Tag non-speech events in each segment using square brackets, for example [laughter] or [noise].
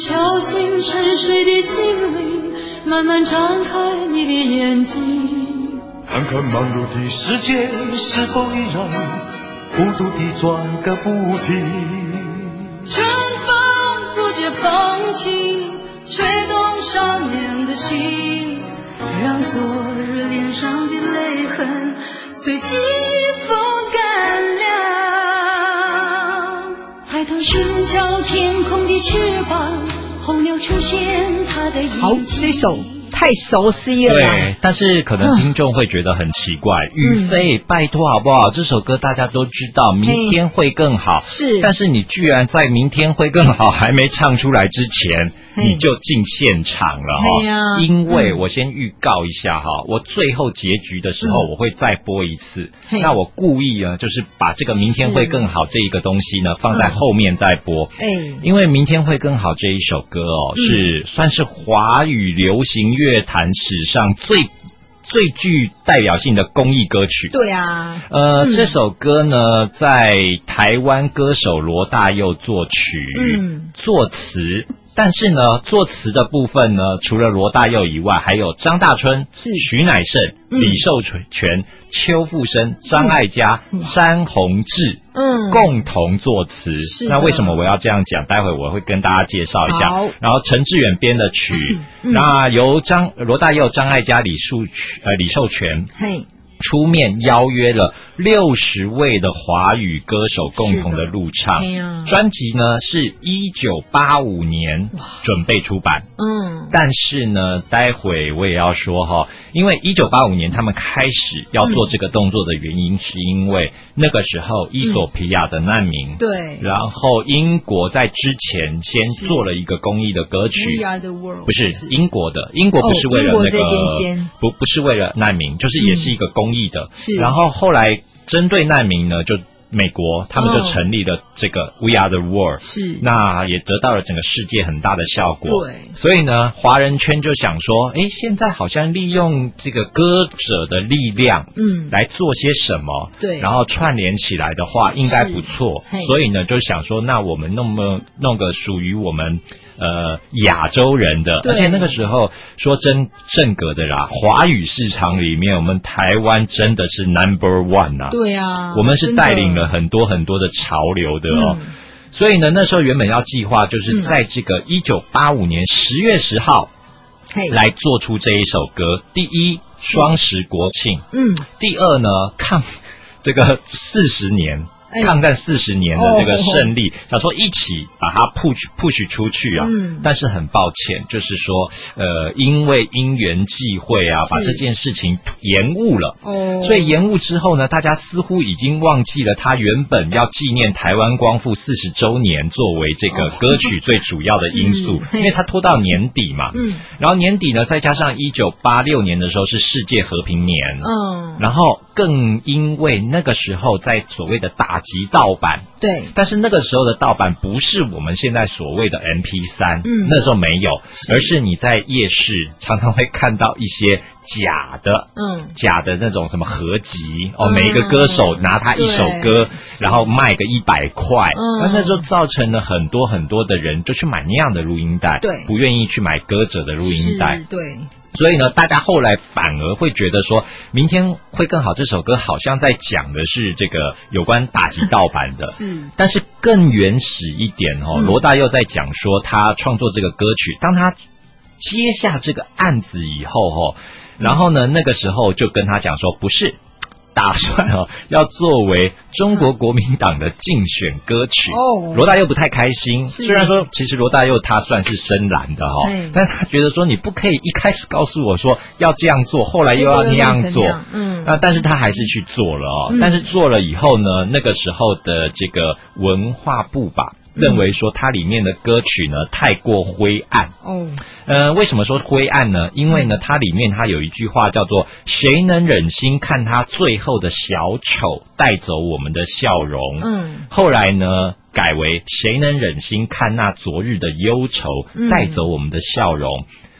心沉睡的心灵，慢慢张开你的眼睛。看看忙碌的世界是否依然孤独地转个不停。春风不觉风情，吹动少年的心，让昨日脸上的泪痕随季风干凉。抬头寻找天空的翅膀，候鸟出现它的影好，迹这首太熟悉了嗯啦。对，但是可能听众会觉得很奇怪。雨霏，拜托啊好不好？这首歌大家都知道，明天会更好。是但是你居然在明天会更好还没唱出来之前，嘿你就进现场了嘿哈、呀嗯因为我先预告一下哈、我最后结局的时候我会再播一次。嘿那我故意呢，就是把这个明天会更好这一个东西呢放在后面再播。哎，因为明天会更好这一首歌哦，嗯是算是华语流行乐坛史上最最具代表性的公益歌曲。对啊，呃，嗯这首歌呢，在台湾歌手罗大佑作曲、嗯作词，但是呢，作词的部分呢，除了罗大佑以外，还有张大春、是徐乃盛、嗯李寿全、邱富生、张艾嘉、詹宏志。嗯，共同作词是。的那为什么我要这样讲？待会我会跟大家介绍一下好。然后陈志远编的曲，嗯那由张罗大佑、张艾嘉、李树呃李寿全嘿，出面邀约了六十位的华语歌手共同的录是唱的哎呀。啊专辑呢是一九八五年准备出版。嗯，但是呢，待会我也要说哈，因为一九八五年他们开始要做这个动作的原因，是因为那个时候伊索比亚的难民，对然后英国在之前先做了一个公益的歌曲，We。are the world，不是英国的，英国不是为了哦英国那个、这边先嗯不不是为了难民，就是也是一个公益的。是然后后来针对难民呢，就美国他们就哦成立了这个 We Are the World，是那也得到了整个世界很大的效果。对所以呢，华人圈就想说，诶，现在好像利用这个歌者的力量。嗯，来做些什么？对然后串联起来的话，应该不错嘿。所以呢，就想说，那我们弄么弄个属于我们呃亚洲人的，对而且那个时候说真正格的啦，华语市场里面，我们台湾真的是 number one 啊。对啊，我们是真的带领了很多很多的潮流的哦。嗯所以呢，那时候原本要计划，就嗯是在这个一九八五年十月十号嘿，来做出这一首歌。第一，双十国庆；嗯，第二呢，抗这个四十年哎。抗战四十年的这哦个吼吼胜利，想说一起把它 push push 出去啊，嗯但是很抱歉，就是说，呃，因为因缘际会啊，把是这件事情延误了。哦，嗯所以延误之后呢，大家似乎已经忘记了他原本要纪念台湾光复四十周年作为这个歌曲最主要的因素，是因为它拖到年底嘛。嗯然后年底呢，再加上一九八六年的时候是世界和平年，嗯，然后更因为那个时候在所谓的打击盗版，对，但是那个时候的盗版不是我们现在所谓的 MP 三，嗯那时候没有，而是你在夜市常常会看到一些假的，嗯，假的那种什么合集哦，嗯每一个歌手拿他一首歌对，然后卖个一百块，嗯那那时候造成了很多很多的人就去买那样的录音带，对不愿意去买歌者的录音带是，对，所以呢，大家后来反而会觉得说，明天会更好。这首歌好像在讲的是这个有关打击盗版 [laughs] 的，是但是更原始一点哦，嗯罗大佑在讲说他创作这个歌曲，当他接下这个案子以后哦，然后呢，那个时候就跟他讲说，不是 [laughs] 打算哦要作为中国国民党的竞选歌曲。哦罗大佑不太开心，是虽然说其实罗大佑他算是深蓝的哈、嗯哦，但他觉得说你不可以一开始告诉我说要哎这样做，后来又要那样做，嗯，那啊但是他还是去做了哦。嗯但是做了以后呢，那个时候的这个文化部吧，嗯认为说它里面的歌曲呢太过灰暗。哦，呃，为什么说灰暗呢？因为呢，嗯它里面它有一句话叫做“谁能忍心看他最后的小丑带走我们的笑容”。嗯，后来呢，改为“谁能忍心看那昨日的忧愁嗯带走我们的笑容”。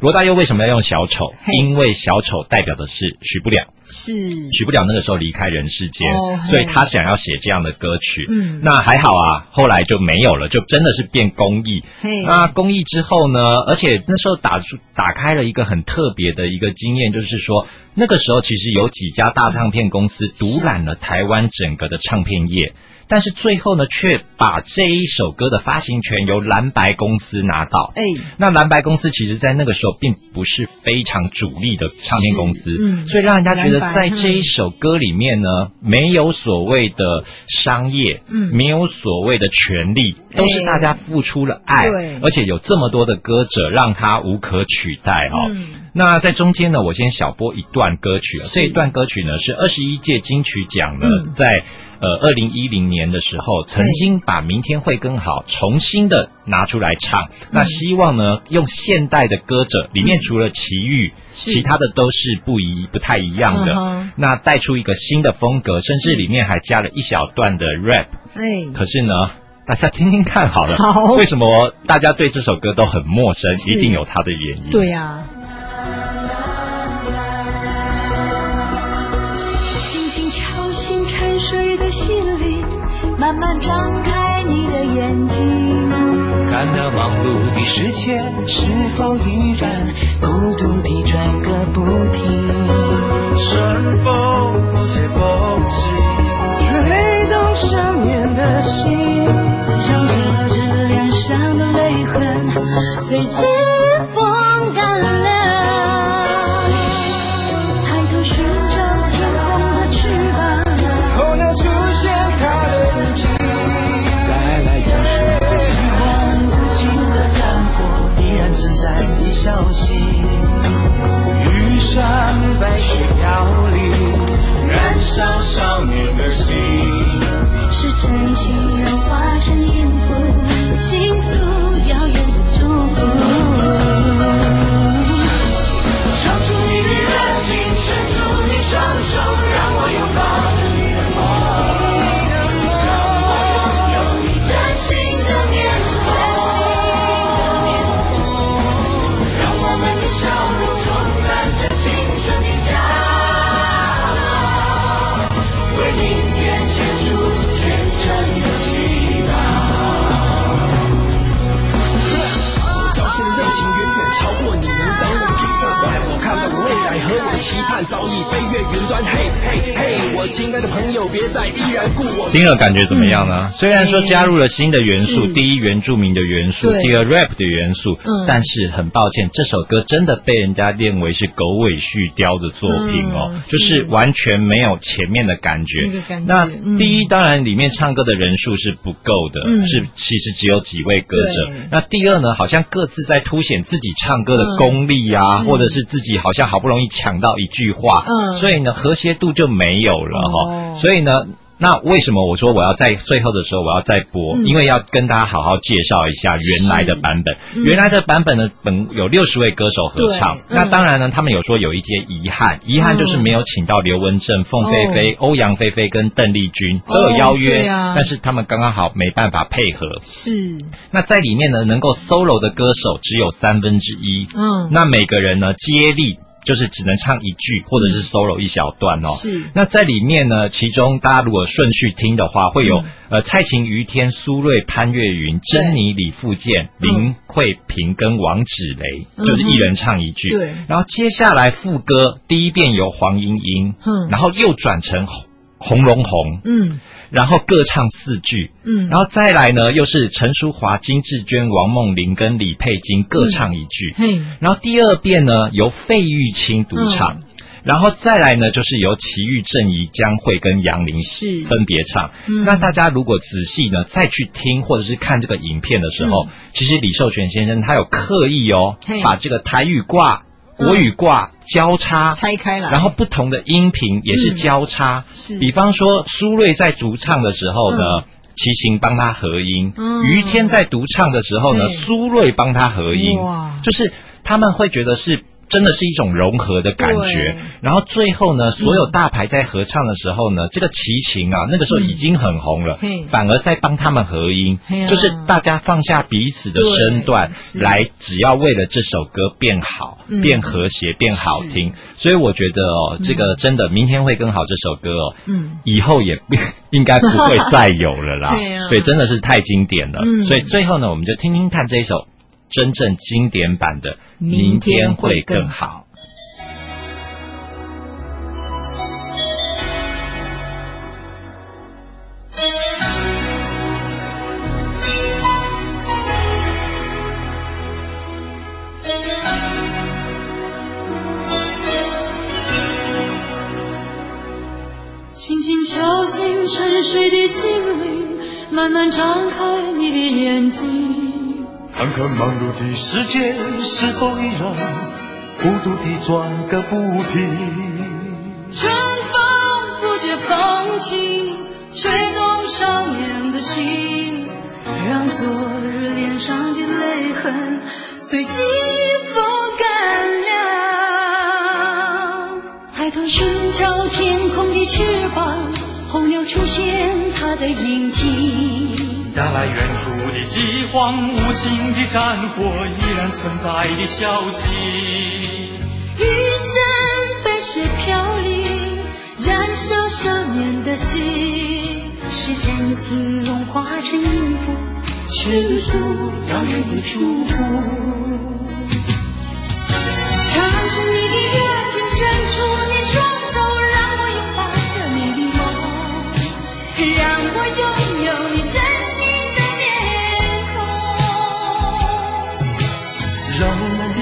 罗大佑为什么要用小丑嘿？因为小丑代表的是许不了，是许不了那个时候离开人世间哦，嘿所以他想要写这样的歌曲。嗯那还好啊，后来就没有了，就真的是变公益。嘿那公益之后呢？而且那时候打出打开了一个很特别的一个经验，就是说那个时候其实有几家大唱片公司独揽了台湾整个的唱片业，但是最后呢，却把这一首歌的发行权由蓝白公司拿到。哎那蓝白公司其实，在那个时候并不是非常主力的唱片公司，是嗯所以让人家觉得蓝白嗯在这一首歌里面呢，没有所谓的商业，嗯没有所谓的权利，哎都是大家付出了爱，对而且有这么多的歌者，让它无可取代哦。嗯那在中间呢，我先小播一段歌曲哦。这一段歌曲呢是二十一届金曲奖呢，嗯在呃二零一零年的时候，曾经把《明天会更好》重新的拿出来唱。嗯那希望呢，用现代的歌者里面除了齐豫，嗯是其他的都是不一不太一样的。嗯哼那带出一个新的风格，甚至里面还加了一小段的 rap。哎可是呢，大家听听看好了。好为什么大家对这首歌都很陌生？是一定有它的原因。对呀轻轻敲醒沉睡的心灵，慢慢张开你的眼睛。看那忙碌的世界是否依然孤独地转个不停？是否不解风情，吹动少年的心，揉搓着脸上的泪痕，随季风干了。抬头寻找天空的翅膀，候鸟出现它的痕迹，带来阳水的希望，无情的战火依然正在你消息。玉山白雪飘零，燃烧少年的心。是真心融化成音符，倾诉遥远的祝福。唱出你的热情，伸出你双手，让我拥抱着你的梦，让我拥有你真心的面孔，让我们的笑容充满着青春的骄傲，为明天献出虔诚的祈祷。早先的热情远远超过你能容忍的底色。我看到我未来和我的期盼早已飞越云端。嘿嘿嘿，我亲爱的朋友，别再依然故我。听了感觉怎么样嗯呢？虽然说加入了新的元素，是第一原住民的元素，对第二 rap 的元素，嗯但是很抱歉，这首歌真的被人家认为是狗尾续貂的作品哦，嗯就是是完全没有前面的感觉。那个感觉那嗯第一，当然里面唱歌的人数是不够的，嗯是其实只有几位歌者对。那第二呢，好像各自在凸显自己唱歌的嗯功力啊，嗯或者是自己好像好不容易抢到一句话，嗯所以呢和谐度就没有了哈、哦所以呢，那为什么我说我要在最后的时候我要再播？嗯因为要跟大家好好介绍一下原来的版本。嗯原来的版本呢，本有六十位歌手合唱。对嗯那当然呢，他们有说有一些遗憾，遗憾就是没有请到刘文正、凤飞飞、欧阳菲菲跟邓丽君都有邀哦约，对啊但是他们刚刚好没办法配合。是那在里面呢，能够 solo 的歌手只有三分之一。嗯那每个人呢接力就是只能唱一句，或者是 solo 一小段哦。是那在里面呢，其中大家如果顺序听的话，会有、嗯呃蔡琴、于天、苏芮、潘越云、珍妮、李富健、林慧萍跟王芷蕾，嗯就是一人唱一句。对然后接下来副歌第一遍由黄莺莺，嗯然后又转成红红龙红，嗯然后各唱四句。嗯然后再来呢，又是陈淑华、金志娟、王梦玲跟李佩金各唱一句，嘿然后第二遍呢由费玉清独唱，嗯然后再来呢就是由齐豫、郑怡、江蕙跟杨林是分别唱。嗯那大家如果仔细呢再去听或者是看这个影片的时候，其实李寿全先生他有刻意哦嗯嘿，把这个台语挂、嗯国语挂交叉。拆开来，嗯然后不同的音频也是交叉，是比方说苏芮在独唱的时候呢，齐秦帮他合音；嗯于天在独唱的时候呢，对苏芮帮他合音哇，就是他们会觉得是。真的是一种融合的感觉对。嗯然后最后呢，所有大牌在合唱的时候呢，这个齐秦啊，那个时候已经很红了，嘿反而在帮他们合音，嘿啊就是大家放下彼此的对身段是来，只要为了这首歌变好、嗯变和谐、变好听。所以我觉得哦，这个真的明天会更好这首歌哦。嗯，以后也 [laughs] 不应该不会再有了啦。 [laughs] 对啊真的是太经典了。嗯所以最后呢，我们就听听看这一首真正经典版的《明明天天会会更更好》。轻轻敲醒沉睡的心灵，慢慢张开你的眼睛。看看忙碌的世界是否依然孤独地转个不停。春风不觉捧起，吹动少年的心，让昨日脸上的泪痕随季风干凉。抬头寻找天空的翅膀，候鸟出现它的影迹。原来远处的饥荒，无情的战火，依然存在的消息。玉山白雪飘零，燃烧少年的心，是真情融化成音符，倾诉当日的祝福。唱出你的热情，伸出你双手，让我拥抱着你的梦，让我拥有你真心的面孔。让我们的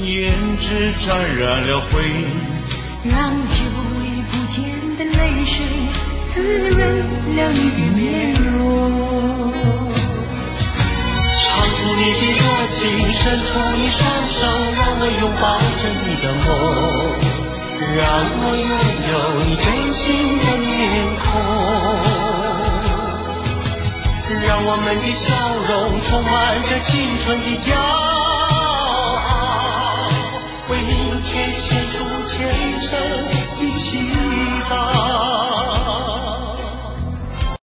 胭脂沾染了灰。让久已不见的泪水滋润了你的面容。唱出你的热情，伸出你双手，让我拥抱着你的梦，让我拥有你真心的面孔。让我们的笑容充满着青春的骄傲，为明天献出虔诚的祈祷。